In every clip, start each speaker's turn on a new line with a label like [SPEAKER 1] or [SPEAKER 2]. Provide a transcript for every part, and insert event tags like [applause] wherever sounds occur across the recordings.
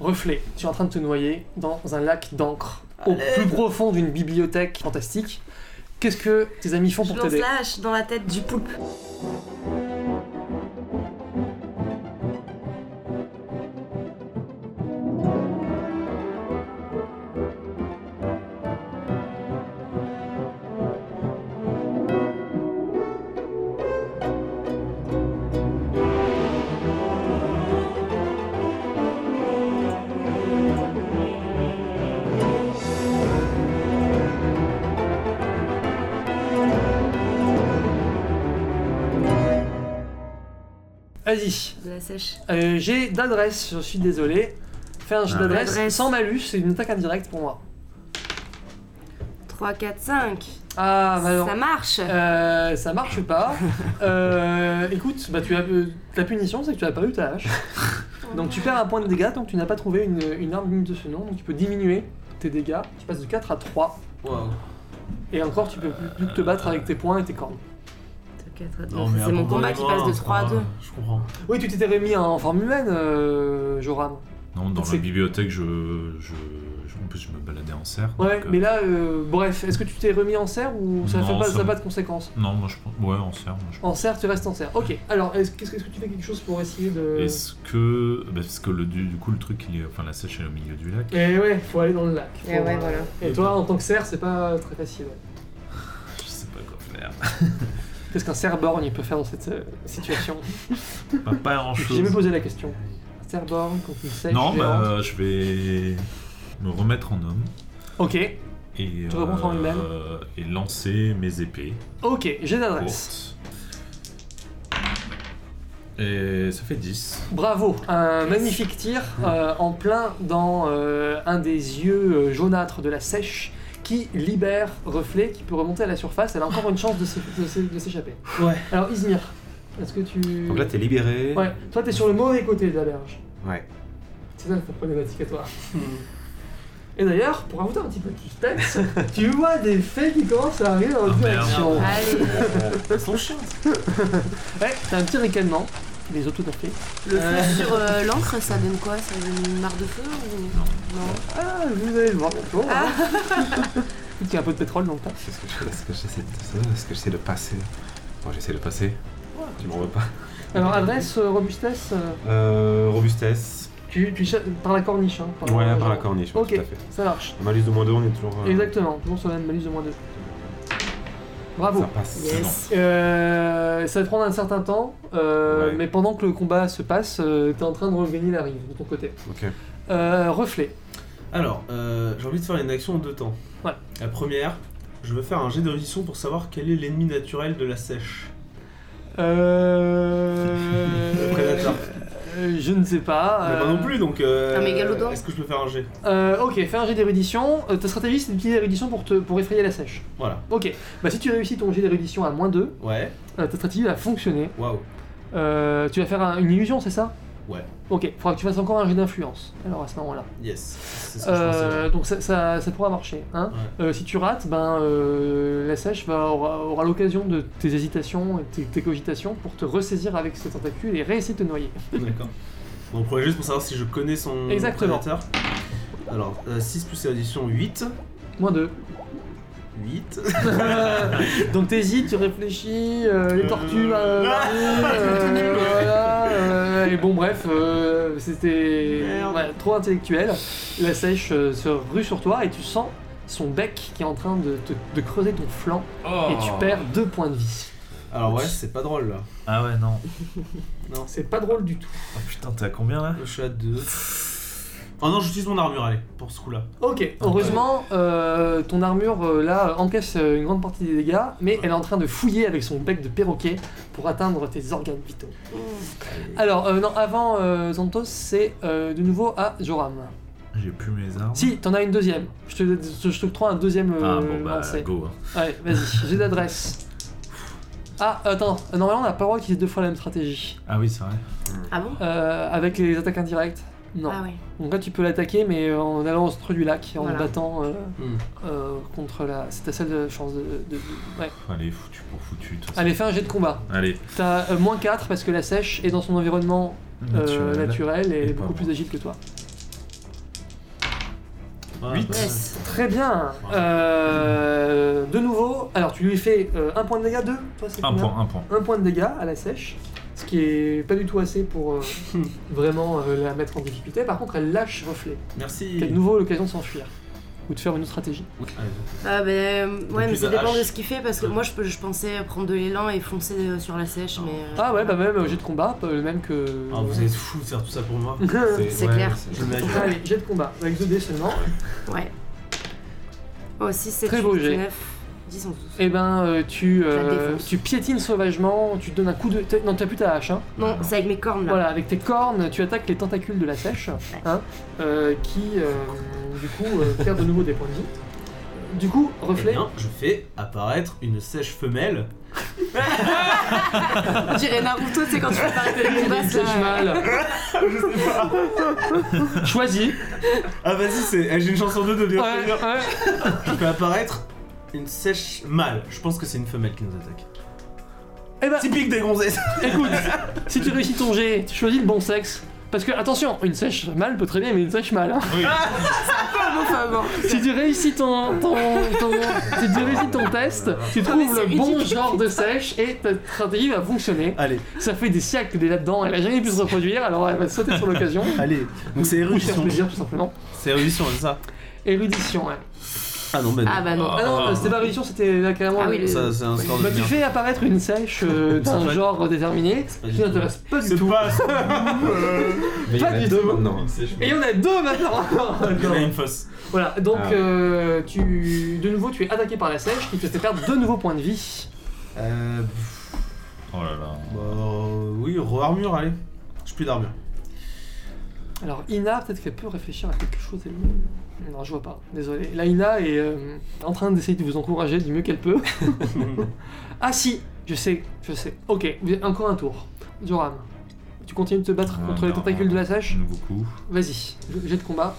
[SPEAKER 1] Reflet, tu es en train de te noyer dans un lac d'encre, au plus profond d'une bibliothèque fantastique. Qu'est-ce que tes amis font
[SPEAKER 2] Je
[SPEAKER 1] pour
[SPEAKER 2] lance
[SPEAKER 1] t'aider
[SPEAKER 2] la hache dans la tête du poulpe.
[SPEAKER 1] Vas-y,
[SPEAKER 2] De la sèche.
[SPEAKER 1] Euh, j'ai d'adresse, je suis désolé. Fais un jet
[SPEAKER 3] Ah.
[SPEAKER 1] d'adresse
[SPEAKER 2] D'adresse.
[SPEAKER 1] sans malus, c'est une attaque indirecte pour moi.
[SPEAKER 2] 3, 4, 5.
[SPEAKER 1] Ah, bah non.
[SPEAKER 2] Ça marche.
[SPEAKER 1] Euh, ça marche
[SPEAKER 2] [laughs]
[SPEAKER 1] pas. Euh, écoute, bah, tu as, euh, ta punition, c'est que tu n'as pas eu ta hache. Donc tu perds un point de dégâts, donc tu n'as pas trouvé une, une arme digne de ce nom, donc tu peux diminuer tes dégâts. Tu passes de 4 à 3,
[SPEAKER 3] Wow.
[SPEAKER 1] et encore tu peux plus, plus te battre avec tes poings et tes cornes.
[SPEAKER 2] Deux, quatre, deux.
[SPEAKER 3] Non, mais
[SPEAKER 2] C'est mon combat qui
[SPEAKER 3] abandonnez-moi,
[SPEAKER 2] passe de
[SPEAKER 3] je
[SPEAKER 2] 3 à 2.
[SPEAKER 3] comprends, Je comprends.
[SPEAKER 1] Oui, tu t'étais remis en forme humaine, euh, Joran.
[SPEAKER 4] Non, dans
[SPEAKER 1] C'est-
[SPEAKER 4] la bibliothèque, je, je, je- En plus, je me baladais en serre.
[SPEAKER 1] Ouais,
[SPEAKER 4] donc, euh,
[SPEAKER 1] mais là, euh, bref, est-ce que tu t'es remis en serre ou ça n'a
[SPEAKER 4] Non,
[SPEAKER 1] pas,
[SPEAKER 4] ça
[SPEAKER 1] ça a
[SPEAKER 4] me-
[SPEAKER 1] pas de conséquences
[SPEAKER 4] Non, moi je pense. Ouais, en serre. Moi, je...
[SPEAKER 1] En serre, tu restes en serre. Ok, alors est-ce qu'est-ce que- est-ce que tu fais quelque chose pour essayer de.
[SPEAKER 4] Est-ce que. bah, Parce que le, du du coup, le truc, il est... enfin, la sèche est au milieu du lac.
[SPEAKER 1] Eh ouais, faut aller dans le lac.
[SPEAKER 2] Eh
[SPEAKER 1] Faut- euh,
[SPEAKER 2] ouais, voilà.
[SPEAKER 1] Et toi, en tant que cerf, c'est pas très facile. ouais.
[SPEAKER 4] Je sais pas quoi faire. [laughs]
[SPEAKER 1] Qu'est-ce qu'un cerf borgne peut faire dans cette euh, situation
[SPEAKER 4] Pas, pas grand
[SPEAKER 1] J'ai jamais
[SPEAKER 4] chose.
[SPEAKER 1] posé la question. Un cerf borgne contre une sèche.
[SPEAKER 4] Non,
[SPEAKER 1] géante.
[SPEAKER 4] bah, je vais me remettre en homme
[SPEAKER 1] Ok,
[SPEAKER 4] et,
[SPEAKER 1] te reprends en lui-même.
[SPEAKER 4] euh, et lancer mes épées
[SPEAKER 1] ok, j'ai d'adresse.
[SPEAKER 4] courtes. Et ça fait 10.
[SPEAKER 1] Bravo, un magnifique tir euh, en plein dans euh, un des yeux euh, jaunâtres de la sèche qui libère reflet qui peut remonter à la surface. Elle a encore une chance de s'é- de s'é- de s'échapper.
[SPEAKER 3] Ouais.
[SPEAKER 1] Alors, Izmir, est-ce que tu.
[SPEAKER 3] Donc là, t'es libéré.
[SPEAKER 1] Ouais, toi t'es sur le mauvais côté de la berge.
[SPEAKER 3] Ouais.
[SPEAKER 1] C'est ça ta problématique à toi. Et d'ailleurs, pour rajouter un petit peu de suspense, tu vois des faits qui commencent à arriver dans
[SPEAKER 4] Ah,
[SPEAKER 1] votre
[SPEAKER 4] merde.
[SPEAKER 1] direction.
[SPEAKER 2] Allez,
[SPEAKER 3] Son chien.
[SPEAKER 1] Ouais, t'as un petit ricanement, les autos fait.
[SPEAKER 2] le feu sur euh, l'encre, ça donne quoi Ça donne une mare de feu ou... Non.
[SPEAKER 1] Ah, vous allez le voir bientôt. [laughs] hein. Peut-être qu'il y a un peu de pétrole dans le tas.
[SPEAKER 3] C'est ce que je- ce que j'essaie de c'est ce que j'essaie de passer. Bon, j'essaie de passer. Tu m'en veux pas.
[SPEAKER 1] Alors, adresse, euh, robustesse, euh,
[SPEAKER 3] Euh, robustesse.
[SPEAKER 1] tu, tu cha- par la corniche. Hein,
[SPEAKER 3] Ouais, par la corniche, ouais,
[SPEAKER 1] Ok.
[SPEAKER 3] tout à fait.
[SPEAKER 1] Ça marche.
[SPEAKER 3] Un Malus de moins 2, on est toujours. euh,
[SPEAKER 1] Exactement, toujours sur la même malus de moins 2. Bravo.
[SPEAKER 3] Ça passe.
[SPEAKER 2] Yes.
[SPEAKER 1] Euh, ça va prendre un certain temps, euh,
[SPEAKER 3] Ouais.
[SPEAKER 1] mais pendant que le combat se passe, euh, t'es en train de regagner la rive de ton côté.
[SPEAKER 3] Ok.
[SPEAKER 1] Euh, reflet.
[SPEAKER 5] Alors, euh, j'ai envie de faire une action en deux temps.
[SPEAKER 1] Ouais.
[SPEAKER 5] La première, je veux faire un jet d'audition pour savoir quel est l'ennemi naturel de la sèche.
[SPEAKER 1] Euh...
[SPEAKER 3] [laughs]
[SPEAKER 5] Le prédateur.
[SPEAKER 1] euh, Je ne sais pas.
[SPEAKER 5] Mais
[SPEAKER 1] euh,
[SPEAKER 5] moi non plus, donc. euh,
[SPEAKER 2] Un mégalodon.
[SPEAKER 5] Est-ce que je peux faire un jet
[SPEAKER 1] euh, ok, fais un jet d'érudition. Euh, ta stratégie, c'est d'utiliser l'érudition pour, te, pour effrayer la sèche.
[SPEAKER 5] Voilà.
[SPEAKER 1] Ok, bah si tu réussis ton jet d'érudition à moins 2,
[SPEAKER 5] Ouais.
[SPEAKER 1] euh, ta stratégie va fonctionner.
[SPEAKER 5] Waouh.
[SPEAKER 1] Euh, tu vas faire un- une illusion, c'est ça
[SPEAKER 5] Ouais.
[SPEAKER 1] Ok, faudra que tu fasses encore un jet d'influence. Alors à ce moment-là.
[SPEAKER 5] Yes. C'est ce que je
[SPEAKER 1] Euh, donc ça, ça, ça pourra marcher. Hein Euh, si tu rates, ben, euh, la sèche va, aura, aura l'occasion de tes hésitations et tes, tes cogitations pour te ressaisir avec ses tentacules et réessayer de te noyer.
[SPEAKER 5] pensais. D'accord. Bon, on pourrait juste pour savoir si je connais son
[SPEAKER 1] Exactement.
[SPEAKER 5] prédateur. Alors, euh, 6 plus audition, 8.
[SPEAKER 1] Moins 2.
[SPEAKER 5] 8.
[SPEAKER 1] Euh, Donc t'hésites, tu réfléchis, euh, les tortues, euh,
[SPEAKER 5] Euh,
[SPEAKER 1] arrivent, euh, voilà, euh, et bon bref, euh, c'était
[SPEAKER 5] Merde.
[SPEAKER 1] ouais, trop intellectuel. La sèche euh, se rue sur toi et tu sens son bec qui est en train de, te- de creuser ton flanc
[SPEAKER 4] Oh.
[SPEAKER 1] et tu perds deux points de vie.
[SPEAKER 5] Alors, ouais, c'est pas drôle là.
[SPEAKER 4] Ah ouais, non.
[SPEAKER 5] Non.
[SPEAKER 1] C'est pas drôle du tout.
[SPEAKER 4] Oh putain, t'as combien là
[SPEAKER 5] Je suis à 2. Oh non, j'utilise mon armure, allez, pour ce coup-là.
[SPEAKER 1] Ok, heureusement, euh, ton armure euh, là encaisse euh, une grande partie des dégâts, mais elle est en train de fouiller avec son bec de perroquet pour atteindre tes organes vitaux. Alors, euh, non, avant euh, Zantos, c'est euh, de nouveau à Joram.
[SPEAKER 4] J'ai plus mes armes.
[SPEAKER 1] Si, t'en as une deuxième. Je te, je, je t'octroie un deuxième euh,
[SPEAKER 4] Ah bon, bah,
[SPEAKER 1] lancer.
[SPEAKER 4] go. hein.
[SPEAKER 1] Allez, vas-y, j'ai d'adresse. Ah, attends, normalement on a pas le droit d'utiliser deux fois la même stratégie.
[SPEAKER 4] Ah oui, c'est vrai.
[SPEAKER 2] Ah bon
[SPEAKER 1] Euh, avec les attaques indirectes Non.
[SPEAKER 2] Ah ouais.
[SPEAKER 1] Donc là, tu peux l'attaquer, mais en allant au centre du lac et en
[SPEAKER 2] Voilà.
[SPEAKER 1] te battant euh,
[SPEAKER 5] Hmm.
[SPEAKER 1] euh, contre la. C'est ta seule euh, chance de. de- de- Ouais.
[SPEAKER 4] Allez, foutu pour foutu. tout ça.
[SPEAKER 1] Allez, fais un jet de combat.
[SPEAKER 4] Allez.
[SPEAKER 1] T'as euh, moins 4 parce que la sèche est dans son environnement euh, naturel, et elle est
[SPEAKER 4] Et pas
[SPEAKER 1] beaucoup
[SPEAKER 4] moi.
[SPEAKER 1] plus agile que toi.
[SPEAKER 4] Huit.
[SPEAKER 2] Yes.
[SPEAKER 1] Très bien. Euh, de nouveau, alors tu lui fais euh, un point de dégâts, deux toi, c'est
[SPEAKER 4] Un
[SPEAKER 1] combien
[SPEAKER 4] point, un point.
[SPEAKER 1] Un point de dégâts à la sèche, ce qui est pas du tout assez pour euh, vraiment euh, la mettre en difficulté. Par contre, elle lâche reflet.
[SPEAKER 5] Merci.
[SPEAKER 1] T'as de nouveau l'occasion de s'enfuir ou de faire une autre stratégie.
[SPEAKER 5] Allez.
[SPEAKER 2] Ah ben ouais, mais
[SPEAKER 5] plus
[SPEAKER 2] ça
[SPEAKER 5] de
[SPEAKER 2] dépend de
[SPEAKER 5] hache.
[SPEAKER 2] ce qu'il fait parce que moi je, peux- je pensais prendre de l'élan et foncer euh, sur la sèche, mais. euh,
[SPEAKER 1] Ah ouais, bah même euh, jet de combat, euh, le même que.
[SPEAKER 5] Ah, vous êtes fous de faire tout ça
[SPEAKER 1] [laughs]
[SPEAKER 5] pour moi.
[SPEAKER 2] C'est clair.
[SPEAKER 3] c'est-
[SPEAKER 5] Je me la gueule.
[SPEAKER 1] Allez, euh, ah jet de combat avec 2 dés seulement.
[SPEAKER 2] Ouais. Oh, 6, 7,
[SPEAKER 1] Très
[SPEAKER 2] 8,
[SPEAKER 1] beau jet.
[SPEAKER 2] 9, 10, 11, 12.
[SPEAKER 1] Et ben euh, tu, euh,
[SPEAKER 2] La défense.
[SPEAKER 1] tu piétines sauvagement, tu te donnes un coup de. t'as- Non, t'as plus ta hache, hein.
[SPEAKER 2] Non, c'est avec mes cornes là.
[SPEAKER 1] Voilà, avec tes cornes, tu attaques les tentacules de la sèche, hein, euh, qui, euh, du coup, euh, perd de nouveau des points de vie. Du coup,
[SPEAKER 5] Eh
[SPEAKER 1] reflet.
[SPEAKER 5] bien, je fais apparaître une sèche
[SPEAKER 1] [laughs]
[SPEAKER 5] femelle.
[SPEAKER 2] On dirait Naruto, c'est quand tu fais arrêter les combats,
[SPEAKER 1] C'est
[SPEAKER 2] là.
[SPEAKER 1] [laughs] mal.
[SPEAKER 5] je sais pas.
[SPEAKER 1] Choisis.
[SPEAKER 5] Ah, vas-y, c'est... eh, j'ai une chanson deux de bien
[SPEAKER 1] Ouais,
[SPEAKER 5] prévenir.
[SPEAKER 1] ouais.
[SPEAKER 5] Je fais apparaître une sèche mâle. Je pense que c'est une femelle qui nous attaque.
[SPEAKER 1] Eh ben,
[SPEAKER 5] Typique des gonzesses.
[SPEAKER 1] écoute, si tu réussis ton jet, tu choisis le bon sexe. Parce que, attention, une sèche mâle peut très bien, mais une sèche mâle. hein.
[SPEAKER 4] Oui.
[SPEAKER 2] ah,
[SPEAKER 1] Si tu réussis ton, ton, ton- si tu réussis ton test, tu
[SPEAKER 2] mais
[SPEAKER 1] trouves
[SPEAKER 2] c'est
[SPEAKER 1] le bon
[SPEAKER 2] ridicule.
[SPEAKER 1] genre de sèche et ta stratégie va fonctionner.
[SPEAKER 5] [laughs] Allez,
[SPEAKER 1] Ça fait des siècles qu'elle est là-dedans, elle a jamais pu se reproduire, alors elle va sauter sur l'occasion.
[SPEAKER 5] allez. Donc c'est
[SPEAKER 1] Ou faire
[SPEAKER 5] érudition.
[SPEAKER 1] plaisir, tout simplement.
[SPEAKER 5] C'est érudition, c'est ça
[SPEAKER 1] Érudition, ouais.
[SPEAKER 5] Ah non, ben non.
[SPEAKER 2] Ah bah non.
[SPEAKER 1] Ah non, euh, c'était pas érudition, c'était là carrément.
[SPEAKER 2] Ah oui, le-
[SPEAKER 5] Ça, c'est un score
[SPEAKER 1] Bah,
[SPEAKER 5] de
[SPEAKER 1] tu
[SPEAKER 5] merde.
[SPEAKER 1] fais apparaître une sèche euh,
[SPEAKER 5] C'est
[SPEAKER 1] d'un
[SPEAKER 5] pas-
[SPEAKER 1] genre déterminé
[SPEAKER 5] pas
[SPEAKER 1] qui
[SPEAKER 5] du tout.
[SPEAKER 1] n'intéresse pas du
[SPEAKER 5] C'est
[SPEAKER 1] tout. [laughs]
[SPEAKER 5] pas
[SPEAKER 3] Mais il y en
[SPEAKER 1] Pas
[SPEAKER 3] a
[SPEAKER 1] du
[SPEAKER 3] deux
[SPEAKER 1] tout.
[SPEAKER 3] maintenant.
[SPEAKER 1] Et on a deux maintenant [laughs]
[SPEAKER 5] Il y en a une fausse.
[SPEAKER 1] Voilà, donc
[SPEAKER 3] Ah ouais.
[SPEAKER 1] euh, tu, de nouveau tu es attaqué par la sèche qui te fait perdre de nouveaux points de vie.
[SPEAKER 5] Euh.
[SPEAKER 4] Oh là là.
[SPEAKER 5] Bah. euh, Oui, re-armure, allez. J'ai plus d'armure.
[SPEAKER 1] Alors Ina, peut-être qu'elle peut réfléchir à quelque chose. elle. Non, je vois pas, désolé. Là, Ina est euh, en train d'essayer de vous encourager du mieux qu'elle peut. Ah si, je sais, je sais. Ok, vous- encore un tour. Joram, tu continues de te battre
[SPEAKER 3] Euh,
[SPEAKER 4] Ah,
[SPEAKER 1] contre les
[SPEAKER 4] non.
[SPEAKER 1] tentacules de la sèche
[SPEAKER 4] Nouveau coup.
[SPEAKER 1] Vas-y, jet de combat.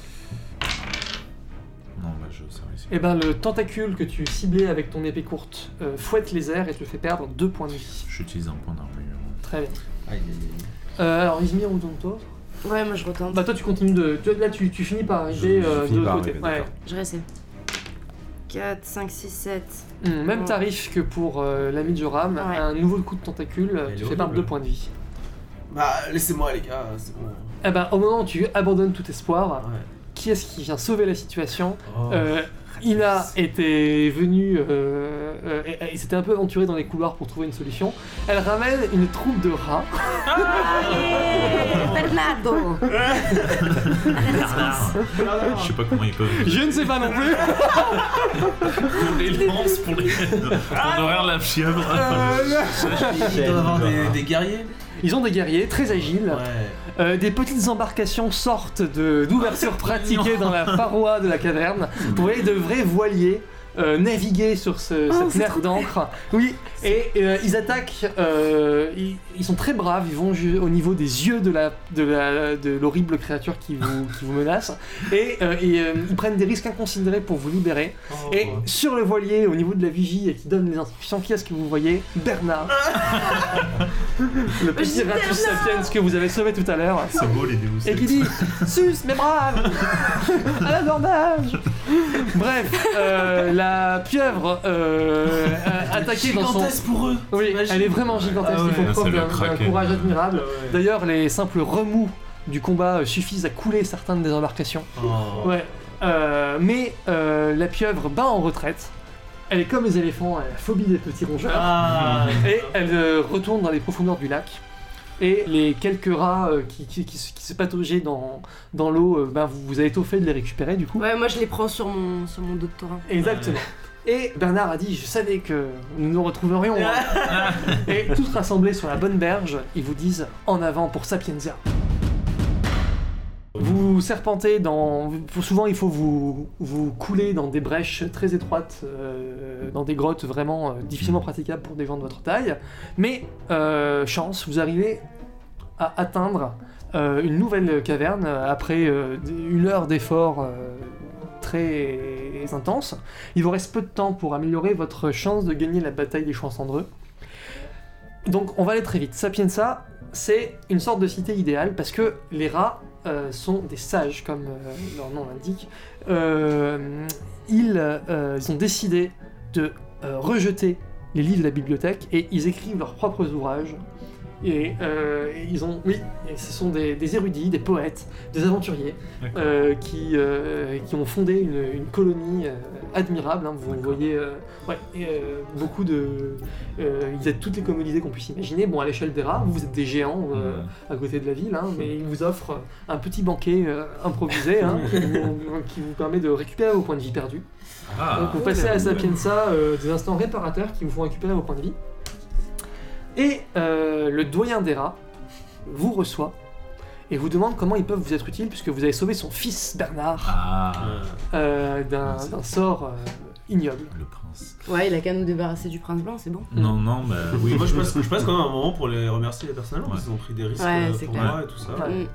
[SPEAKER 4] Non, bah je sais réussi.
[SPEAKER 1] Et ben le tentacule que tu ciblais avec ton épée courte euh, fouette les airs et te fait perdre deux points de vie.
[SPEAKER 4] J'utilise un point d'armure.
[SPEAKER 1] Très bien. Euh, alors Izmir ou donc toi
[SPEAKER 2] Euh, Ouais, moi je retente.
[SPEAKER 1] Bah toi tu continues de... tu- là tu, tu finis par arriver
[SPEAKER 3] Je- je
[SPEAKER 1] euh, de
[SPEAKER 3] finis
[SPEAKER 1] l'autre
[SPEAKER 3] par
[SPEAKER 1] côté.
[SPEAKER 3] arriver,
[SPEAKER 1] Ouais.
[SPEAKER 3] d'accord.
[SPEAKER 2] Je réessaie. 4, 5, 6, 7.
[SPEAKER 1] Hum, même tarif que pour euh, l'ami de Joram,
[SPEAKER 2] Ouais.
[SPEAKER 1] un nouveau coup de tentacule, euh,
[SPEAKER 5] Elle est
[SPEAKER 1] tu fais perdre
[SPEAKER 5] horrible.
[SPEAKER 1] deux points de vie.
[SPEAKER 5] Bah, laissez-moi, les gars, c'est bon.
[SPEAKER 1] Eh ben au moment où tu abandonnes tout espoir,
[SPEAKER 5] Ouais.
[SPEAKER 1] qui est-ce qui vient sauver la situation
[SPEAKER 5] Oh.
[SPEAKER 1] Euh, Ina était venue, euh, euh, et- et s'était un peu aventurée dans les couloirs pour trouver une solution. Elle ramène une troupe de rats.
[SPEAKER 5] [laughs]
[SPEAKER 2] Bernardo
[SPEAKER 4] Bernard Je sais pas comment
[SPEAKER 1] [laughs]
[SPEAKER 4] ils peuvent.
[SPEAKER 1] Je ne sais pas non plus.
[SPEAKER 4] Pour les
[SPEAKER 1] Ah,
[SPEAKER 4] lances, pour les. Pour nourrir la fièvre.
[SPEAKER 5] Il doit y avoir des, des guerriers.
[SPEAKER 1] Ils ont des guerriers très agiles.
[SPEAKER 5] Ouais.
[SPEAKER 1] Euh, des petites embarcations sortent de- d'ouvertures pratiquées dans la paroi de la caverne. Vous voyez de vrais voiliers. euh, naviguer sur ce- cette mer d'encre. Oui, et euh, ils attaquent, euh, ils, ils sont très braves, ils vont ju- au niveau des yeux de la de la- de l'horrible créature qui vous, qui vous menace, et, euh, et, euh, ils prennent des risques inconsidérés pour vous libérer.
[SPEAKER 5] Oh,
[SPEAKER 1] Et sur le voilier, au niveau de la vigie, et qui donne les instructions, qui est-ce que vous voyez Bernard. [laughs] le petit
[SPEAKER 2] Bernard
[SPEAKER 1] ratus sapiens que vous avez sauvé tout à l'heure.
[SPEAKER 4] C'est beau les Deus.
[SPEAKER 1] Et qui dit Sus, mes braves À l'abordage Bref, euh, la pieuvre euh, a- attaquée dans son.
[SPEAKER 5] Gigantesque pour eux.
[SPEAKER 1] Oui,
[SPEAKER 5] t'imagines
[SPEAKER 1] elle est vraiment gigantesque,
[SPEAKER 5] Ah ouais.
[SPEAKER 1] ils font
[SPEAKER 4] Ah,
[SPEAKER 1] preuve
[SPEAKER 4] c'est le
[SPEAKER 1] d'un- d'un
[SPEAKER 4] kraken.
[SPEAKER 1] courage admirable.
[SPEAKER 5] Ouais.
[SPEAKER 1] D'ailleurs, les simples remous du combat euh, suffisent à couler certaines des embarcations.
[SPEAKER 5] Oh.
[SPEAKER 1] Ouais. Euh, mais euh, la pieuvre bat en retraite. Elle est comme les éléphants, elle a la phobie des petits rongeurs.
[SPEAKER 5] Ah.
[SPEAKER 1] Et elle euh, retourne dans les profondeurs du lac. Et les quelques rats euh, qui, qui, qui, se- qui se pataugeaient dans, dans l'eau, euh, ben, vous, vous avez tôt fait de les récupérer du coup.
[SPEAKER 2] Ouais, moi je les prends sur mon, sur mon doctorat.
[SPEAKER 1] Hein. Exactement. Et Bernard a dit Je savais que nous nous retrouverions. hein. Et tous rassemblés sur la bonne berge, ils vous disent En avant pour Sapienza. Vous serpentez dans. vous- Souvent, il faut vous, vous couler dans des brèches très étroites, euh, dans des grottes vraiment euh, difficilement praticables pour des gens de votre taille. Mais, euh, chance, vous arrivez à atteindre euh, une nouvelle caverne euh, après euh, d- une heure d'effort euh, très intense. Il vous reste peu de temps pour améliorer votre chance de gagner la bataille des champs cendreux. Donc on va aller très vite. Sapienza, c'est une sorte de cité idéale parce que les rats euh, sont des sages, comme euh, leur nom l'indique. Euh, ils, euh, ils ont décidé de euh, rejeter les livres de la bibliothèque et ils écrivent leurs propres ouvrages. Et euh, ils ont, oui, et ce sont des, des érudits, des poètes, des aventuriers
[SPEAKER 4] D'accord.
[SPEAKER 1] euh, qui, euh, qui ont fondé une, une colonie euh, admirable. hein. vous
[SPEAKER 4] D'accord.
[SPEAKER 1] voyez euh, ouais, et, euh, beaucoup de. euh, ils aident toutes les commodités qu'on puisse imaginer. Bon, à l'échelle des rats, vous, vous êtes des géants euh, à côté de la ville, hein, mais ils vous offrent un petit banquet euh, improvisé hein, qui, vous, qui vous permet de récupérer vos points de vie perdus.
[SPEAKER 4] Ah,
[SPEAKER 1] Donc vous passez à Sapienza euh, des instants réparateurs qui vous font récupérer vos points de vie. Et euh, le doyen des rats vous reçoit et vous demande comment ils peuvent vous être utiles puisque vous avez sauvé son fils Bernard
[SPEAKER 4] ah,
[SPEAKER 1] euh, d'un
[SPEAKER 4] Merci.
[SPEAKER 1] d'un sort euh, ignoble.
[SPEAKER 4] le prince.
[SPEAKER 2] Ouais, il a qu'à nous débarrasser du prince blanc, c'est bon.
[SPEAKER 4] Non, non, mais oui.
[SPEAKER 5] Moi, je passe, je passe quand même un moment pour les remercier les personnes
[SPEAKER 4] Ouais.
[SPEAKER 5] parce qu'ils ont pris des risques
[SPEAKER 2] Ouais,
[SPEAKER 5] euh,
[SPEAKER 2] c'est
[SPEAKER 5] pour
[SPEAKER 2] clair.
[SPEAKER 5] moi et tout ça.
[SPEAKER 1] Ouais.
[SPEAKER 5] donc,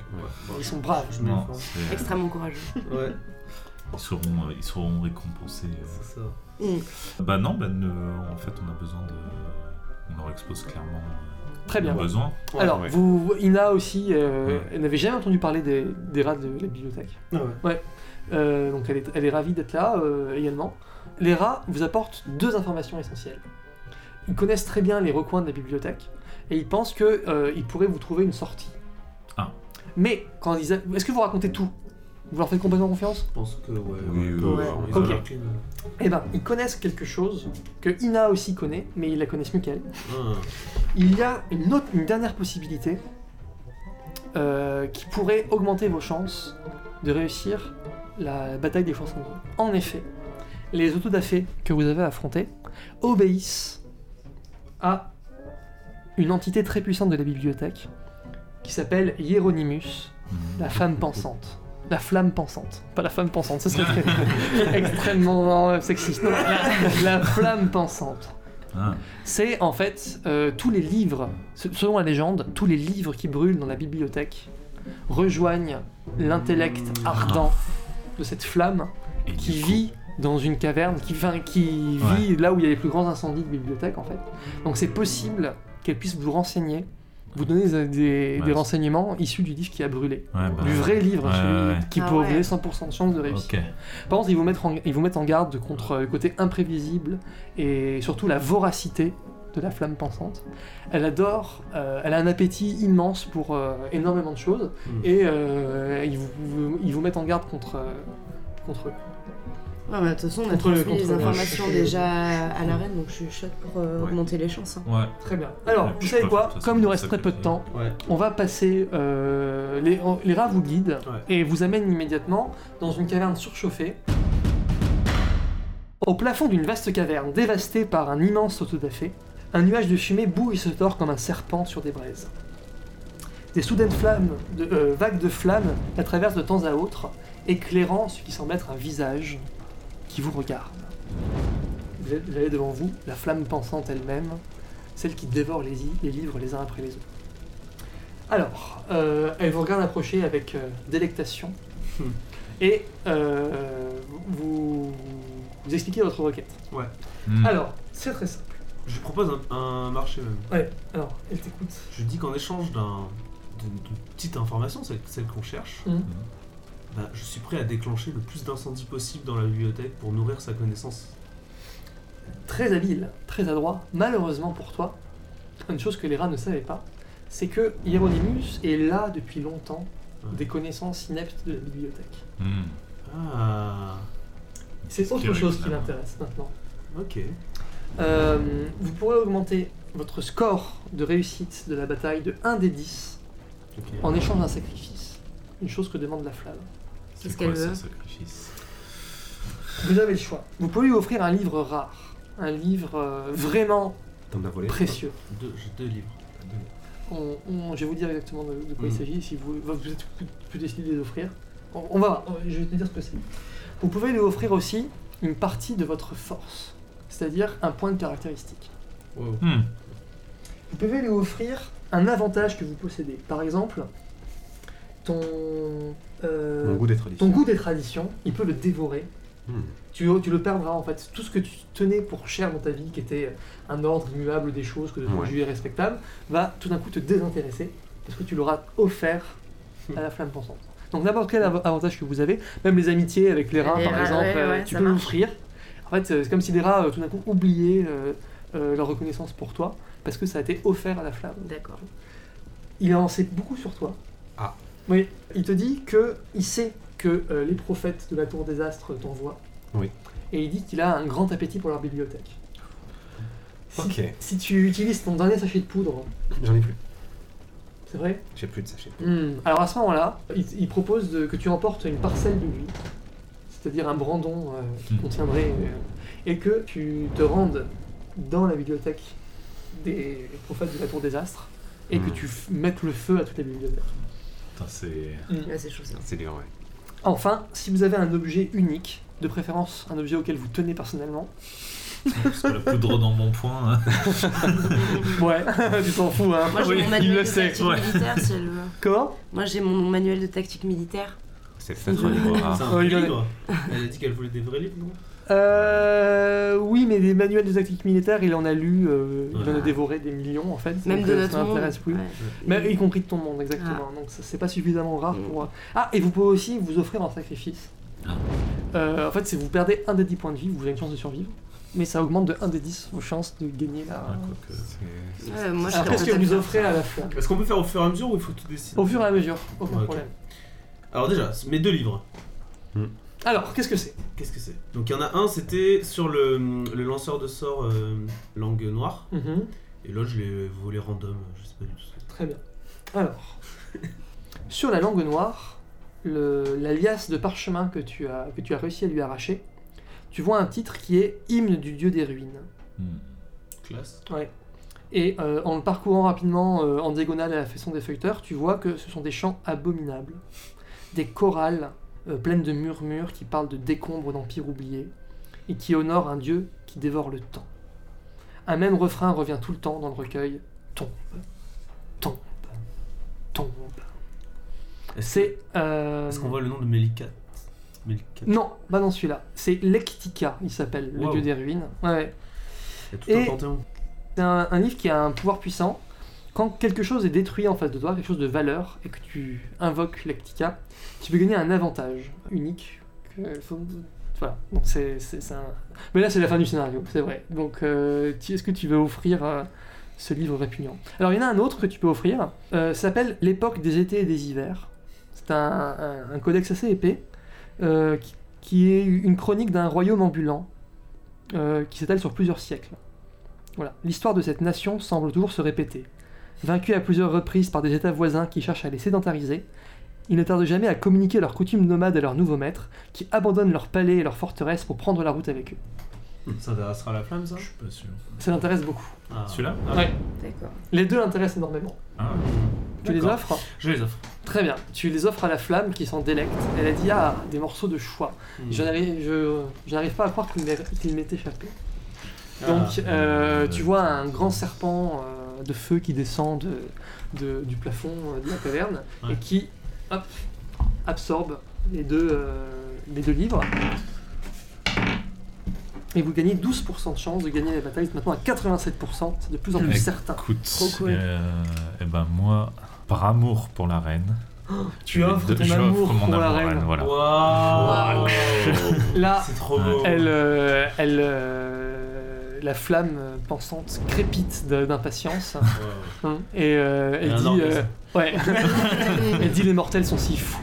[SPEAKER 1] Ils sont braves, je
[SPEAKER 4] Non,
[SPEAKER 1] pense.
[SPEAKER 4] c'est-
[SPEAKER 2] Mm,
[SPEAKER 4] euh,
[SPEAKER 2] Extrêmement courageux.
[SPEAKER 5] Ouais,
[SPEAKER 4] ils, seront, euh, ils seront récompensés. euh.
[SPEAKER 5] c'est ça.
[SPEAKER 2] Mm.
[SPEAKER 4] Bah non, bah, ne- en fait, on a besoin de. On leur expose clairement euh,
[SPEAKER 1] Très bien.
[SPEAKER 4] nos besoins.
[SPEAKER 5] Ouais,
[SPEAKER 1] Alors,
[SPEAKER 3] ouais.
[SPEAKER 1] vous, Ina aussi, euh,
[SPEAKER 4] Ouais.
[SPEAKER 1] elle n'avait jamais entendu parler des, des rats de la bibliothèque.
[SPEAKER 5] Ah ouais.
[SPEAKER 1] Euh, donc elle est, elle est ravie d'être là euh, également. Les rats vous apportent deux informations essentielles. Ils connaissent très bien les recoins de la bibliothèque et ils pensent qu'ils pourraient vous trouver une sortie.
[SPEAKER 4] Ah.
[SPEAKER 1] Mais quand ils a- est-ce que vous racontez tout Vous leur faites complètement confiance
[SPEAKER 5] Je pense que, ouais.
[SPEAKER 3] Oui, oui,
[SPEAKER 2] Ouais.
[SPEAKER 5] on les a
[SPEAKER 1] Ok.
[SPEAKER 5] marqués, nous.
[SPEAKER 1] Eh ben, ils connaissent quelque chose que Ina aussi connaît, mais ils la connaissent mieux qu'elle.
[SPEAKER 5] Ah.
[SPEAKER 1] Il y a une autre, une dernière possibilité euh, qui pourrait augmenter vos chances de réussir la bataille des chansons. En effet, les autodafés que vous avez affrontés obéissent à une entité très puissante de la bibliothèque qui s'appelle Hieronymus,
[SPEAKER 4] Mhm.
[SPEAKER 1] la femme pensante. La flamme pensante. Pas la femme pensante, ce serait
[SPEAKER 4] [laughs]
[SPEAKER 1] très- extrêmement euh, sexiste. Non, la- la flamme pensante.
[SPEAKER 4] Ah,
[SPEAKER 1] C'est en fait euh, tous les livres, se- selon la légende, tous les livres qui brûlent dans la bibliothèque rejoignent l'intellect
[SPEAKER 4] Ah.
[SPEAKER 1] ardent de cette flamme
[SPEAKER 4] et
[SPEAKER 1] qui
[SPEAKER 4] du coup-
[SPEAKER 1] vit dans une caverne, qui, enfin, qui vit là où il y a les plus grands incendies de bibliothèque en fait. Donc c'est possible qu'elle puisse vous renseigner, vous donner des, des-
[SPEAKER 4] Ouais,
[SPEAKER 1] des
[SPEAKER 4] c'est-
[SPEAKER 1] renseignements issus du livre qui a brûlé.
[SPEAKER 4] Ouais, bah,
[SPEAKER 1] Du vrai livre,
[SPEAKER 4] Ouais,
[SPEAKER 1] celui
[SPEAKER 4] ouais, ouais.
[SPEAKER 1] qui
[SPEAKER 2] Ah
[SPEAKER 1] pourrait
[SPEAKER 2] ouais.
[SPEAKER 1] vous donner 100% de chance de réussir.
[SPEAKER 4] Ok.
[SPEAKER 1] Par contre, ils vous mettent en, ils vous mettent en garde contre le côté imprévisible et surtout la voracité de la flamme pensante. Elle adore, euh, elle a un appétit immense pour euh, énormément de choses
[SPEAKER 5] Mm.
[SPEAKER 4] Hmm.
[SPEAKER 1] et euh, ils, vous, vous- ils vous mettent en garde contre, euh, contre eux.
[SPEAKER 2] Ouais, mais de toute façon, on a
[SPEAKER 1] Contre-
[SPEAKER 2] transmis
[SPEAKER 1] contre-
[SPEAKER 2] les informations
[SPEAKER 1] ouais.
[SPEAKER 2] déjà à la reine, donc je suis chouette pour euh,
[SPEAKER 4] Ouais.
[SPEAKER 2] augmenter les chances. hein.
[SPEAKER 4] Ouais.
[SPEAKER 1] Très bien. Alors,
[SPEAKER 4] Ouais,
[SPEAKER 1] vous
[SPEAKER 4] je
[SPEAKER 1] savez
[SPEAKER 4] pense
[SPEAKER 1] quoi
[SPEAKER 4] que ça,
[SPEAKER 1] Comme
[SPEAKER 4] c'est
[SPEAKER 1] il nous
[SPEAKER 4] pour
[SPEAKER 1] reste
[SPEAKER 4] ça
[SPEAKER 1] très
[SPEAKER 4] que
[SPEAKER 1] peu de
[SPEAKER 4] j'ai-
[SPEAKER 1] temps,
[SPEAKER 5] Ouais.
[SPEAKER 1] on va passer. euh, les, on- les rats vous guident
[SPEAKER 5] Ouais.
[SPEAKER 1] et vous amènent immédiatement dans une caverne surchauffée. Au plafond d'une vaste caverne dévastée par un immense autodafé, un nuage de fumée bout et se tord comme un serpent sur des braises. Des soudaines flammes, de, euh, vagues de flammes la traversent de temps à autre, éclairant ce qui semble être un visage qui vous regarde. Vous avez- vous avez devant vous la flamme pensante elle-même, celle qui dévore les, i- les livres les uns après les autres. Alors, euh, elle vous regarde approcher avec euh, délectation
[SPEAKER 5] Hmm.
[SPEAKER 1] et euh, vous, vous expliquez votre requête.
[SPEAKER 4] Mhm.
[SPEAKER 1] Alors, c'est très simple.
[SPEAKER 5] Je lui propose un, un marché même.
[SPEAKER 1] Ouais, alors, elle t'écoute.
[SPEAKER 5] Je lui dis qu'en échange d'un d'une d'une petite information, celle, celle qu'on cherche,
[SPEAKER 1] Mhm.
[SPEAKER 5] bah, je suis prêt à déclencher le plus d'incendies possible dans la bibliothèque pour nourrir sa connaissance.
[SPEAKER 1] Très habile, très adroit, malheureusement pour toi, une chose que les rats ne savaient pas, c'est que Hieronymus est là depuis longtemps
[SPEAKER 5] Ouais.
[SPEAKER 1] des connaissances ineptes de la bibliothèque.
[SPEAKER 4] Mhm.
[SPEAKER 5] Ah,
[SPEAKER 1] C'est autre
[SPEAKER 4] Curieux,
[SPEAKER 1] chose qui
[SPEAKER 4] là.
[SPEAKER 1] l'intéresse maintenant.
[SPEAKER 5] ok.
[SPEAKER 1] Euh, vous pourrez augmenter votre score de réussite de la bataille de 1 des 10
[SPEAKER 5] Ok.
[SPEAKER 1] en échange d'un sacrifice. Une chose que demande la flamme.
[SPEAKER 2] C'est
[SPEAKER 4] C'est
[SPEAKER 2] ce qu'elle
[SPEAKER 4] quoi ce
[SPEAKER 2] veut.
[SPEAKER 4] sacrifice
[SPEAKER 1] Vous avez le choix. Vous pouvez lui offrir un livre rare, un livre euh, vraiment
[SPEAKER 3] T'en as volé
[SPEAKER 1] précieux.
[SPEAKER 5] Deux- J'ai deux livres.
[SPEAKER 1] On- on- je vais vous dire exactement de, de quoi il
[SPEAKER 5] Mhm.
[SPEAKER 1] s'agit, si vous, vous êtes plus, plus décidé de les offrir. On, on va voir, on- je vais te dire ce que c'est. Vous pouvez lui offrir aussi une partie de votre force, c'est-à-dire un point de caractéristique.
[SPEAKER 5] Wow.
[SPEAKER 4] Mhm.
[SPEAKER 1] Vous pouvez lui offrir un avantage que vous possédez. Par exemple, ton, euh,
[SPEAKER 3] Mon goût d'être libre.
[SPEAKER 1] ton goût des traditions, il peut le dévorer.
[SPEAKER 3] Hmm.
[SPEAKER 1] Tu, tu le perdras en fait. Tout ce que tu tenais pour cher dans ta vie, qui était un ordre immuable des choses, que de ton
[SPEAKER 3] Ouais.
[SPEAKER 1] juger
[SPEAKER 3] Hmm.
[SPEAKER 1] respectable, va tout d'un coup te désintéresser parce que tu l'auras offert à la flamme pensante. Donc n'importe quel av- avantage que vous avez, même les amitiés avec les rats
[SPEAKER 2] Les
[SPEAKER 1] par
[SPEAKER 2] rats,
[SPEAKER 1] exemple,
[SPEAKER 2] ouais,
[SPEAKER 1] euh,
[SPEAKER 2] ouais,
[SPEAKER 1] tu
[SPEAKER 2] ça
[SPEAKER 1] peux
[SPEAKER 2] marche.
[SPEAKER 1] l'offrir. En fait, euh, c'est comme si les rats euh, tout d'un coup oubliaient euh, euh, leur reconnaissance pour toi parce que ça a été offert à la flamme.
[SPEAKER 2] D'accord.
[SPEAKER 1] Il en sait beaucoup sur toi.
[SPEAKER 3] Ah.
[SPEAKER 1] Oui, il te dit que il sait que euh, les prophètes de la tour des astres t'envoient.
[SPEAKER 3] Oui.
[SPEAKER 1] Et il dit qu'il a un grand appétit pour leur bibliothèque. Si-
[SPEAKER 3] Ok.
[SPEAKER 1] Si tu utilises ton dernier sachet de poudre,
[SPEAKER 3] J'en ai plus.
[SPEAKER 1] c'est vrai
[SPEAKER 3] J'ai plus de sachet.
[SPEAKER 1] Hmm. Alors à ce moment-là, il, il propose de- que tu emportes une parcelle de lui, c'est-à-dire un brandon euh, qui
[SPEAKER 4] Hmm.
[SPEAKER 1] contiendrait, euh, et que tu te rendes dans la bibliothèque des prophètes de la tour des astres, et que
[SPEAKER 3] Hmm.
[SPEAKER 1] tu f- mettes le feu à toute la bibliothèque.
[SPEAKER 4] Putain, c'est.
[SPEAKER 2] Ouais, c'est chaud ça.
[SPEAKER 3] C'est dur, ouais.
[SPEAKER 1] Enfin, si vous avez un objet unique, de préférence un objet auquel vous tenez personnellement,
[SPEAKER 4] Parce que la poudre dans mon poing. hein.
[SPEAKER 1] ouais, [laughs] tu t'en fous, hein.
[SPEAKER 2] Moi j'ai
[SPEAKER 4] Oui,
[SPEAKER 2] mon
[SPEAKER 4] il
[SPEAKER 2] manuel
[SPEAKER 4] le
[SPEAKER 2] de
[SPEAKER 4] sait,
[SPEAKER 2] tactique
[SPEAKER 4] ouais.
[SPEAKER 2] militaire si elle veut.
[SPEAKER 1] Comment
[SPEAKER 2] Moi j'ai mon manuel de tactique militaire.
[SPEAKER 3] C'est peut-être un livre
[SPEAKER 4] [laughs]
[SPEAKER 3] rare.
[SPEAKER 5] C'est un
[SPEAKER 1] Oh,
[SPEAKER 5] vrai
[SPEAKER 1] il en est-
[SPEAKER 5] livre. Elle a dit qu'elle voulait des vrais livres, non
[SPEAKER 1] Euh, oui, mais des manuels de tactique militaire, il en a lu, euh, il en a
[SPEAKER 5] Ouais.
[SPEAKER 1] dévoré des millions en fait.
[SPEAKER 2] Même
[SPEAKER 1] donc,
[SPEAKER 2] de
[SPEAKER 1] euh,
[SPEAKER 2] notre
[SPEAKER 1] ça
[SPEAKER 2] monde.
[SPEAKER 1] m'intéresse plus.
[SPEAKER 2] Ouais. Ah.
[SPEAKER 1] Mais y compris de ton monde, exactement. Donc ça, c'est pas suffisamment rare
[SPEAKER 2] Mm.
[SPEAKER 1] pour. Ah, et vous pouvez aussi vous offrir un sacrifice.
[SPEAKER 4] Ah.
[SPEAKER 1] Euh, en fait, si vous perdez un des 10 points de vie, vous avez une chance de survivre. Mais ça augmente de 1 des 10 vos chances de gagner la.
[SPEAKER 4] Ouais, Ah, quoi que-
[SPEAKER 3] C'est- c'est-
[SPEAKER 2] Ouais, moi
[SPEAKER 1] Alors
[SPEAKER 2] je serais
[SPEAKER 1] qu'est-ce Ah, que
[SPEAKER 2] peut-être
[SPEAKER 1] vous
[SPEAKER 2] faire
[SPEAKER 1] offrez
[SPEAKER 2] ça.
[SPEAKER 1] à la flamme
[SPEAKER 5] Est-ce qu'on peut faire au fur et à mesure ou il faut tout décider
[SPEAKER 1] Au fur et à mesure, aucun
[SPEAKER 5] Ok.
[SPEAKER 1] problème.
[SPEAKER 5] Alors déjà, mes deux livres,
[SPEAKER 1] Alors, qu'est-ce que c'est
[SPEAKER 5] qu'est-ce que c'est Donc il y en a un, c'était sur le, le lanceur de sorts euh, langue noire,
[SPEAKER 1] Mhm,
[SPEAKER 5] et l'autre je l'ai volé random, je sais pas du tout. ce que
[SPEAKER 1] Très bien. Alors, [laughs] sur la langue noire, le- l'alias de parchemin que tu, as, que tu as réussi à lui arracher, tu vois un titre qui est Hymne du dieu des ruines.
[SPEAKER 4] Hmm.
[SPEAKER 5] c'est. Classe.
[SPEAKER 1] Et euh, en le parcourant rapidement euh, en diagonale à la façon des feuilleteurs, tu vois que ce sont des chants abominables, des chorales euh, pleines de murmures qui parlent de décombres d'empires oubliés et qui honorent un dieu qui dévore le temps. Un même refrain revient tout le temps dans le recueil tombe, tombe, tombe.
[SPEAKER 5] Est-ce
[SPEAKER 1] C'est euh,
[SPEAKER 5] est-ce qu'on voit le nom de Melikat Melikat.
[SPEAKER 1] non, bah non celui-là. C'est Lectica, il s'appelle, le
[SPEAKER 5] Wow.
[SPEAKER 1] dieu des ruines. Ouais.
[SPEAKER 5] Il y a tout
[SPEAKER 1] Et-
[SPEAKER 5] un panthéon.
[SPEAKER 1] C'est un, un livre qui a un pouvoir puissant. Quand quelque chose est détruit en face de toi, quelque chose de valeur, et que tu invoques Lectica, tu peux gagner un avantage unique. que- Voilà, donc c'est c'est- c'est un... Mais là, c'est la fin du scénario, c'est vrai. Donc, euh, tu- est-ce que tu veux offrir euh, ce livre répugnant Alors, il y en a un autre que tu peux offrir, euh, ça s'appelle L'époque des étés et des hivers. C'est un, un- un codex assez épais, euh, qui, qui est une chronique d'un royaume ambulant, euh, qui s'étale sur plusieurs siècles. Voilà. L'histoire de cette nation semble toujours se répéter. Vaincus à plusieurs reprises par des États voisins qui cherchent à les sédentariser, ils ne tardent jamais à communiquer leurs coutumes nomades à leurs nouveaux maîtres, qui abandonnent leurs palais et leurs forteresses pour prendre la route avec eux.
[SPEAKER 5] Ça intéressera la flamme ça
[SPEAKER 4] Je suis pas sûr.
[SPEAKER 1] Ça l'intéresse beaucoup.
[SPEAKER 5] Ah.
[SPEAKER 4] Celui-là
[SPEAKER 5] Ah.
[SPEAKER 1] Ouais.
[SPEAKER 2] D'accord.
[SPEAKER 1] Les deux l'intéressent énormément.
[SPEAKER 4] Ah,
[SPEAKER 1] Tu les
[SPEAKER 5] D'accord.
[SPEAKER 1] offres
[SPEAKER 5] Je les offre.
[SPEAKER 1] Très bien. Tu les offres à la flamme qui s'en délecte. Elle a dit Ah, des morceaux de choix.
[SPEAKER 5] Hmm.
[SPEAKER 1] Je n'arrive- je- je n'arrive pas à croire qu'il m'est- qu'il m'est échappé.
[SPEAKER 5] Ah.
[SPEAKER 1] Donc euh,
[SPEAKER 4] Euh,
[SPEAKER 1] tu vois un grand serpent euh, de feu qui descend de, de- du plafond euh, de la caverne
[SPEAKER 5] Ouais.
[SPEAKER 1] et qui hop, absorbe les deux, euh, les deux livres. Et vous gagnez 12% de chance de gagner la bataille. C'est maintenant à 87%, c'est de plus en plus
[SPEAKER 4] Mec.
[SPEAKER 1] certain.
[SPEAKER 4] écoute.
[SPEAKER 2] Trop cool.
[SPEAKER 4] euh, eh ben moi, par amour pour la reine.
[SPEAKER 1] Oh, Tu
[SPEAKER 4] je vais
[SPEAKER 1] offres
[SPEAKER 4] de-
[SPEAKER 1] ton
[SPEAKER 4] je
[SPEAKER 1] amour
[SPEAKER 4] offre mon
[SPEAKER 1] pour la
[SPEAKER 4] amour à
[SPEAKER 1] reine.
[SPEAKER 4] voilà.
[SPEAKER 5] Waouh
[SPEAKER 1] Là,
[SPEAKER 5] C'est trop beau.
[SPEAKER 1] elle, euh, elle, euh, la flamme euh, pensante crépite de- d'impatience
[SPEAKER 5] Waouh.
[SPEAKER 1] hein, et euh,
[SPEAKER 5] Et
[SPEAKER 1] elle
[SPEAKER 5] un
[SPEAKER 1] dit
[SPEAKER 5] orgasme.
[SPEAKER 1] euh, ouais. Elle dit les mortels sont si fous.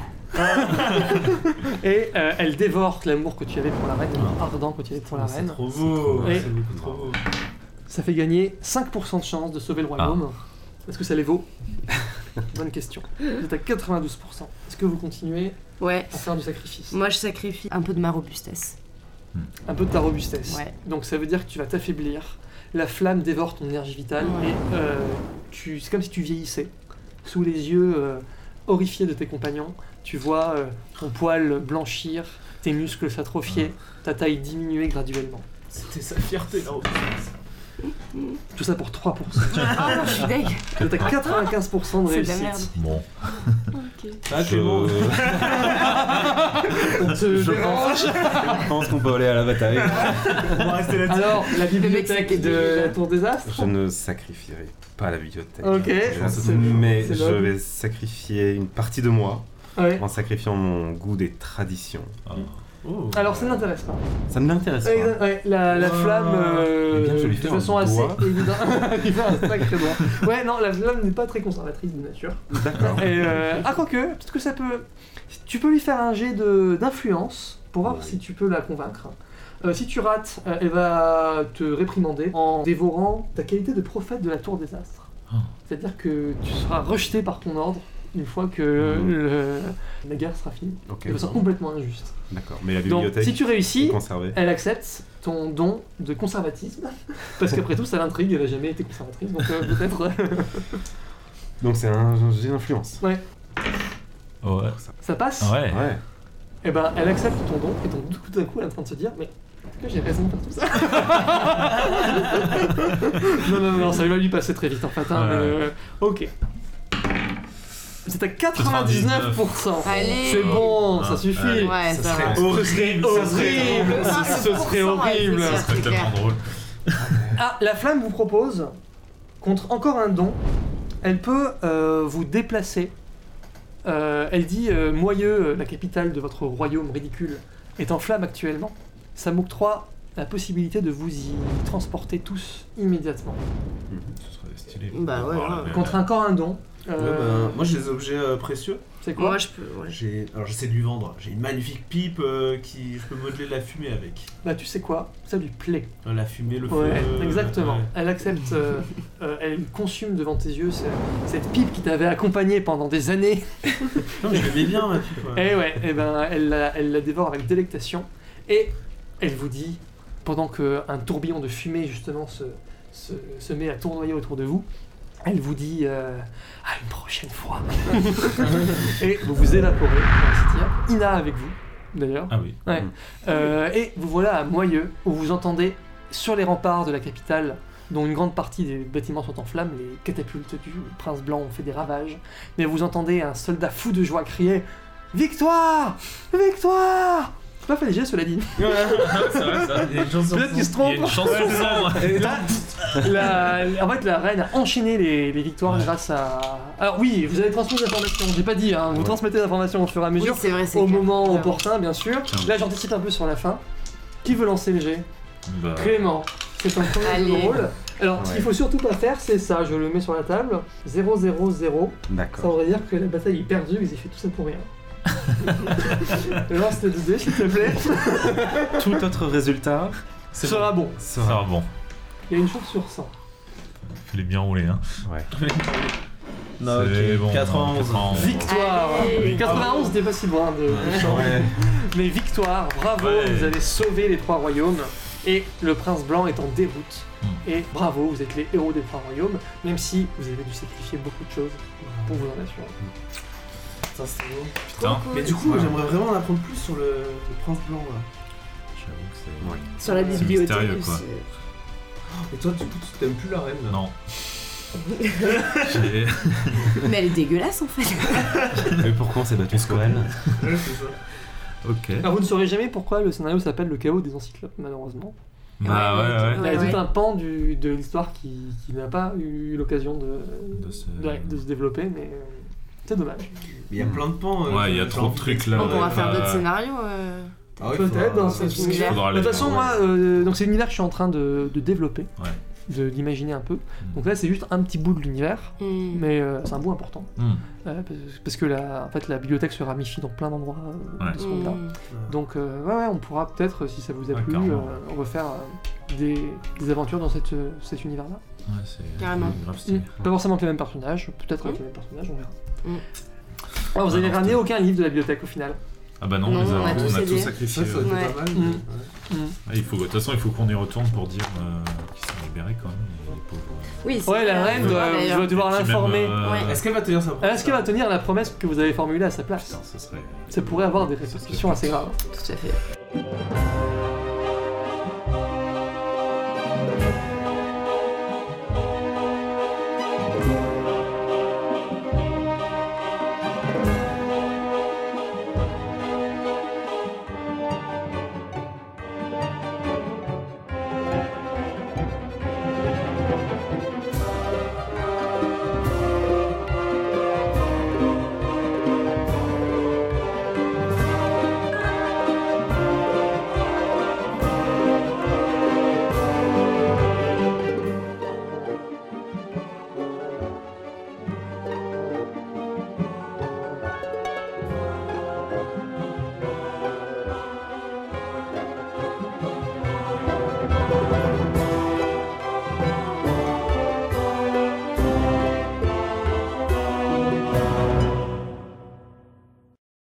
[SPEAKER 1] et euh, elle dévore l'amour que tu avais pour la reine, l'amour ardent que tu avais pour la
[SPEAKER 5] Ah. C'est
[SPEAKER 1] reine.
[SPEAKER 5] trop beau.
[SPEAKER 1] Et-
[SPEAKER 5] C'est beaucoup trop beau.
[SPEAKER 1] Ça fait gagner 5% de chance de sauver le royaume.
[SPEAKER 5] Ah.
[SPEAKER 1] Est-ce que ça les vaut [laughs] Bonne question. Vous êtes à 92%. Est-ce que vous continuez
[SPEAKER 2] Ouais.
[SPEAKER 1] à faire du sacrifice
[SPEAKER 2] Moi je sacrifie un peu de ma robustesse.
[SPEAKER 1] Un peu de ta robustesse.
[SPEAKER 2] Ouais.
[SPEAKER 1] Donc ça veut dire que tu vas t'affaiblir. La flamme dévore ton énergie vitale
[SPEAKER 2] Ouais.
[SPEAKER 1] et euh, tu, c'est comme si tu vieillissais. Sous les yeux euh, horrifiés de tes compagnons, tu vois euh, ton poil blanchir, tes muscles s'atrophier, ta taille diminuer graduellement.
[SPEAKER 5] C'était sa fierté là-haut.
[SPEAKER 1] Tout ça pour 3%.
[SPEAKER 2] Ah non, je suis deg.
[SPEAKER 1] Vous êtes à 95% de
[SPEAKER 2] C'est de la merde.
[SPEAKER 1] réussite.
[SPEAKER 4] Bon,
[SPEAKER 5] Ah,
[SPEAKER 3] Je-
[SPEAKER 5] Clément.
[SPEAKER 1] On te
[SPEAKER 3] Je
[SPEAKER 1] dérange.
[SPEAKER 3] Je pense qu'on peut aller à la bataille.
[SPEAKER 5] [laughs] On va rester là-dessus.
[SPEAKER 1] Alors, la
[SPEAKER 2] mec, c'est
[SPEAKER 1] bibliothèque de
[SPEAKER 2] qui,
[SPEAKER 1] la
[SPEAKER 2] déjà
[SPEAKER 1] Tour des Astres
[SPEAKER 3] Je ne sacrifierai pas la bibliothèque.
[SPEAKER 1] Ok,
[SPEAKER 3] Je-
[SPEAKER 1] c'est-
[SPEAKER 3] mais
[SPEAKER 1] c'est
[SPEAKER 3] je
[SPEAKER 1] noble.
[SPEAKER 3] vais sacrifier une partie de moi
[SPEAKER 1] Ouais.
[SPEAKER 3] en sacrifiant mon goût des traditions.
[SPEAKER 4] Ah.
[SPEAKER 5] Oh.
[SPEAKER 1] Alors ça ne l'intéresse pas.
[SPEAKER 3] Ça ne l'intéresse
[SPEAKER 1] Ouais,
[SPEAKER 3] pas.
[SPEAKER 1] ouais, la, la
[SPEAKER 5] Ouah.
[SPEAKER 1] flamme, euh,
[SPEAKER 3] Eh Ah, bien, je vais lui
[SPEAKER 1] de
[SPEAKER 3] faire
[SPEAKER 1] façon
[SPEAKER 3] un
[SPEAKER 1] assez
[SPEAKER 3] doigt.
[SPEAKER 1] [laughs] évidente, il fait un sacré doigt. Ouais, non, la flamme n'est pas très conservatrice de nature.
[SPEAKER 3] D'accord.
[SPEAKER 1] Et, euh, ah, quoique, peut-être que ça peut. Tu peux lui faire un jet de- d'influence pour voir
[SPEAKER 3] Oui.
[SPEAKER 1] si tu peux la convaincre. Euh, si tu rates, euh, elle va te réprimander en dévorant ta qualité de prophète de la tour des astres.
[SPEAKER 4] Ah.
[SPEAKER 1] C'est-à-dire que tu seras rejeté par ton ordre une fois que
[SPEAKER 3] Mhm.
[SPEAKER 1] le- la guerre sera finie.
[SPEAKER 3] Ok.
[SPEAKER 1] De façon complètement injuste.
[SPEAKER 3] D'accord. Mais la
[SPEAKER 1] Donc,
[SPEAKER 3] bibliothèque
[SPEAKER 1] si tu
[SPEAKER 3] est
[SPEAKER 1] réussis,
[SPEAKER 3] conservée.
[SPEAKER 1] elle accepte ton don de conservatisme. [laughs] Parce qu'après tout, ça l'intrigue, elle n'a jamais été conservatrice. Donc euh, peut-être
[SPEAKER 3] Donc c'est un jet d'influence.
[SPEAKER 4] Ouais.
[SPEAKER 1] ça passe.
[SPEAKER 4] Ouais.
[SPEAKER 3] Ouais.
[SPEAKER 1] Et ben, elle accepte ton don, et donc tout d'un coup, elle est en train de se dire, mais est-ce que j'ai raison de faire tout ça [laughs] Non, non, non, ça va lui passer très vite en fait. hein,
[SPEAKER 4] Ouais.
[SPEAKER 1] mais, euh, ok. C'est à 99%.
[SPEAKER 2] Allez.
[SPEAKER 1] C'est bon, ça
[SPEAKER 4] Ah,
[SPEAKER 1] suffit.
[SPEAKER 4] allez.
[SPEAKER 2] Ouais,
[SPEAKER 5] Ça
[SPEAKER 2] ça
[SPEAKER 5] serait
[SPEAKER 2] va.
[SPEAKER 1] Horrible,
[SPEAKER 5] Ça serait
[SPEAKER 1] horrible.
[SPEAKER 5] drôle.
[SPEAKER 2] Ah,
[SPEAKER 1] Ce serait
[SPEAKER 2] pour ça, ouais,
[SPEAKER 1] horrible.
[SPEAKER 2] c'est
[SPEAKER 4] Ça
[SPEAKER 2] sûr,
[SPEAKER 4] serait
[SPEAKER 2] c'est
[SPEAKER 4] tellement
[SPEAKER 2] clair.
[SPEAKER 4] drôle.
[SPEAKER 1] Ah, la flamme vous propose, contre encore un don, elle peut euh, vous déplacer. Euh, elle dit euh, Moyeux, euh, la capitale de votre royaume ridicule, est en flamme actuellement. Ça m'octroie la possibilité de vous y transporter tous immédiatement.
[SPEAKER 4] Ce serait stylé.
[SPEAKER 2] Bah ouais,
[SPEAKER 4] Voilà,
[SPEAKER 2] ouais.
[SPEAKER 4] mais-
[SPEAKER 1] Contre encore un don. euh,
[SPEAKER 5] Ouais, bah, moi j'ai des objets euh, précieux.
[SPEAKER 1] C'est quoi
[SPEAKER 2] Moi, je peux. ouais.
[SPEAKER 5] J'ai- Alors j'essaie de lui vendre. J'ai une magnifique pipe euh, qui je peux modeler la fumée avec.
[SPEAKER 1] Bah, tu sais quoi Ça lui plaît.
[SPEAKER 5] Euh, La fumée, le
[SPEAKER 1] Ouais,
[SPEAKER 5] feu. euh,
[SPEAKER 1] exactement.
[SPEAKER 5] ouais.
[SPEAKER 1] Elle accepte, euh, euh, elle consume devant tes yeux ce- cette pipe qui t'avait accompagné pendant des années.
[SPEAKER 5] Non, mais je l'aimais bien ma pipe.
[SPEAKER 1] [laughs]
[SPEAKER 5] ouais.
[SPEAKER 1] Et ouais, eh ben, elle, la, elle la dévore avec délectation. Et elle vous dit, pendant qu'un tourbillon de fumée justement se, se, se met à tournoyer autour de vous, elle vous dit euh, à une prochaine fois. et vous vous évaporez, pour ainsi dire. Ina avec vous, d'ailleurs.
[SPEAKER 4] Ah oui.
[SPEAKER 1] Euh, et vous voilà à Moyeux, où vous entendez sur les remparts de la capitale, dont une grande partie des bâtiments sont en flammes, les catapultes du prince blanc ont fait des ravages, mais vous entendez un soldat fou de joie crier Victoire Victoire J'ai pas fait les gestes, cela dit.
[SPEAKER 4] C'est vrai, ça. Il y a une chanson.
[SPEAKER 1] Peut-être qu'il se
[SPEAKER 4] Il y a
[SPEAKER 1] trompe.
[SPEAKER 4] une chanson sans.
[SPEAKER 1] Et là, [laughs] la- en fait, la reine a enchaîné les, les victoires
[SPEAKER 4] Ouais.
[SPEAKER 1] grâce à. Alors, oui, vous avez transmis l'information, j'ai pas dit, hein, vous
[SPEAKER 3] Ouais.
[SPEAKER 1] transmettez l'information au fur et à
[SPEAKER 2] Oui,
[SPEAKER 1] mesure,
[SPEAKER 2] c'est vrai, c'est
[SPEAKER 1] au
[SPEAKER 2] clair.
[SPEAKER 1] moment
[SPEAKER 2] Ouais.
[SPEAKER 1] opportun, bien sûr.
[SPEAKER 4] Tiens.
[SPEAKER 1] Là, j'anticipe un peu sur la fin. Qui veut lancer le jet
[SPEAKER 4] Bah,
[SPEAKER 1] Clément, c'est un premier jeu de
[SPEAKER 2] Allez.
[SPEAKER 1] rôle. Alors, ce
[SPEAKER 3] Ouais.
[SPEAKER 1] qu'il faut surtout pas faire, c'est ça, je le mets sur la table. 0, 0, 0. Ça
[SPEAKER 3] D'accord.
[SPEAKER 1] voudrait dire que la bataille est perdue, ils ont fait tout ça pour rien. Lance tes deux dés, s'il te plaît.
[SPEAKER 3] Tout autre résultat
[SPEAKER 1] Ce sera bon.
[SPEAKER 4] ça va bon.
[SPEAKER 1] Il y a une chance sur 100.
[SPEAKER 4] Il est bien roulé, hein.
[SPEAKER 3] Ouais.
[SPEAKER 5] Non,
[SPEAKER 4] C'est
[SPEAKER 5] ok.
[SPEAKER 4] bon,
[SPEAKER 5] 91.
[SPEAKER 4] 91.
[SPEAKER 1] Victoire
[SPEAKER 2] Allez.
[SPEAKER 1] 91, c'était pas si loin de, de chance.
[SPEAKER 3] Ouais.
[SPEAKER 1] Mais victoire, bravo,
[SPEAKER 4] Ouais.
[SPEAKER 1] vous avez sauvé les trois royaumes. Et le prince blanc est en déroute.
[SPEAKER 4] Mm.
[SPEAKER 1] Et bravo, vous êtes les héros des trois royaumes, même si vous avez dû sacrifier beaucoup de choses pour vous en assurer.
[SPEAKER 5] Putain, c'est beau.
[SPEAKER 2] Trop
[SPEAKER 4] Putain.
[SPEAKER 2] cool.
[SPEAKER 5] Mais du coup, j'aimerais vraiment en apprendre plus sur le, le prince blanc là.
[SPEAKER 4] J'avoue que c'est.
[SPEAKER 3] Ouais.
[SPEAKER 2] Sur la
[SPEAKER 1] C'est
[SPEAKER 2] bibliothèque.
[SPEAKER 4] mystérieux, quoi.
[SPEAKER 2] c'est-
[SPEAKER 5] Et toi, du coup, tu t'aimes plus la reine là
[SPEAKER 4] Non. J'ai-
[SPEAKER 2] Mais elle est dégueulasse en fait.
[SPEAKER 1] Euh,
[SPEAKER 3] Mais pourquoi on s'est battu contre elle
[SPEAKER 5] Ouais, c'est ça.
[SPEAKER 4] [laughs] Ok.
[SPEAKER 1] Alors vous ne saurez jamais pourquoi le scénario s'appelle le chaos des encyclopes, malheureusement.
[SPEAKER 4] Bah ouais,
[SPEAKER 1] Il
[SPEAKER 4] ouais.
[SPEAKER 1] y a
[SPEAKER 2] Ouais, ouais.
[SPEAKER 1] tout un pan du- de l'histoire qui, qui n'a pas eu l'occasion de,
[SPEAKER 4] De se-
[SPEAKER 1] de- de se développer, mais euh, c'est dommage.
[SPEAKER 5] Mais il y a plein de pans. euh,
[SPEAKER 4] Ouais, il y a
[SPEAKER 5] j'ai
[SPEAKER 4] trop de
[SPEAKER 5] envie
[SPEAKER 4] trucs,
[SPEAKER 5] d'explorer.
[SPEAKER 4] là.
[SPEAKER 2] On pourra
[SPEAKER 4] ouais,
[SPEAKER 2] faire
[SPEAKER 4] bah,
[SPEAKER 2] d'autres scénarios. euh.
[SPEAKER 5] Ah oui,
[SPEAKER 1] Peut-être
[SPEAKER 5] faudra-
[SPEAKER 1] dans cet
[SPEAKER 5] faudra-
[SPEAKER 2] univers.
[SPEAKER 4] Faudra
[SPEAKER 1] De toute
[SPEAKER 4] aller
[SPEAKER 1] façon,
[SPEAKER 4] voir.
[SPEAKER 1] moi, euh, donc c'est l'univers que je suis en train de, de développer,
[SPEAKER 4] Ouais.
[SPEAKER 1] de l'imaginer un peu.
[SPEAKER 4] Mm.
[SPEAKER 1] Donc là, c'est juste un petit bout de l'univers,
[SPEAKER 2] Hmm.
[SPEAKER 1] mais euh, c'est un bout important.
[SPEAKER 4] Hmm.
[SPEAKER 1] euh, parce- parce que la, en fait, la bibliothèque se ramifie dans plein d'endroits euh,
[SPEAKER 4] Ouais.
[SPEAKER 1] de ce monde-là.
[SPEAKER 2] Hmm.
[SPEAKER 1] Donc euh, ouais, ouais, on pourra peut-être, si ça vous a
[SPEAKER 4] Ouais,
[SPEAKER 1] plu,
[SPEAKER 4] carrément.
[SPEAKER 1] euh, refaire euh, des, des aventures dans cette, euh, cet univers-là.
[SPEAKER 4] Ouais, c'est.
[SPEAKER 2] Carrément.
[SPEAKER 4] c'est Grave
[SPEAKER 1] Mm.
[SPEAKER 4] stylé.
[SPEAKER 1] Pas forcément avec les mêmes personnages, peut-être avec les mêmes personnages, on verra.
[SPEAKER 2] Mm.
[SPEAKER 1] Alors, vous avez
[SPEAKER 4] Ah,
[SPEAKER 1] ramené
[SPEAKER 4] c'était-
[SPEAKER 1] aucun livre de la bibliothèque au final.
[SPEAKER 4] Ah bah non,
[SPEAKER 2] Non,
[SPEAKER 4] les
[SPEAKER 2] on a
[SPEAKER 4] avons-
[SPEAKER 2] tous
[SPEAKER 4] on a
[SPEAKER 2] aidé.
[SPEAKER 4] tout
[SPEAKER 5] Et
[SPEAKER 4] sacrifié.
[SPEAKER 5] ça, ça a été
[SPEAKER 2] Ouais.
[SPEAKER 5] pas mal.
[SPEAKER 1] Mm.
[SPEAKER 5] mais- ouais.
[SPEAKER 4] Ah, il faut, de toute façon, il faut qu'on y retourne pour dire euh, qu'ils sont libérés quand même, les pauvres.
[SPEAKER 2] Oui, c'est
[SPEAKER 1] Ouais, la
[SPEAKER 2] vrai,
[SPEAKER 1] reine
[SPEAKER 2] on
[SPEAKER 1] doit,
[SPEAKER 2] verra, d'ailleurs.
[SPEAKER 1] doit devoir
[SPEAKER 4] Et puis
[SPEAKER 1] l'informer.
[SPEAKER 4] même, euh,
[SPEAKER 2] Ouais.
[SPEAKER 5] Est-ce qu'elle va tenir sa promesse
[SPEAKER 1] Est-ce qu'elle va tenir la promesse que vous avez formulée à sa place
[SPEAKER 4] Putain, ce serait.
[SPEAKER 1] Ça pourrait avoir des
[SPEAKER 4] ça serait-
[SPEAKER 1] répercussions assez graves.
[SPEAKER 2] Tout à fait.
[SPEAKER 6] Thank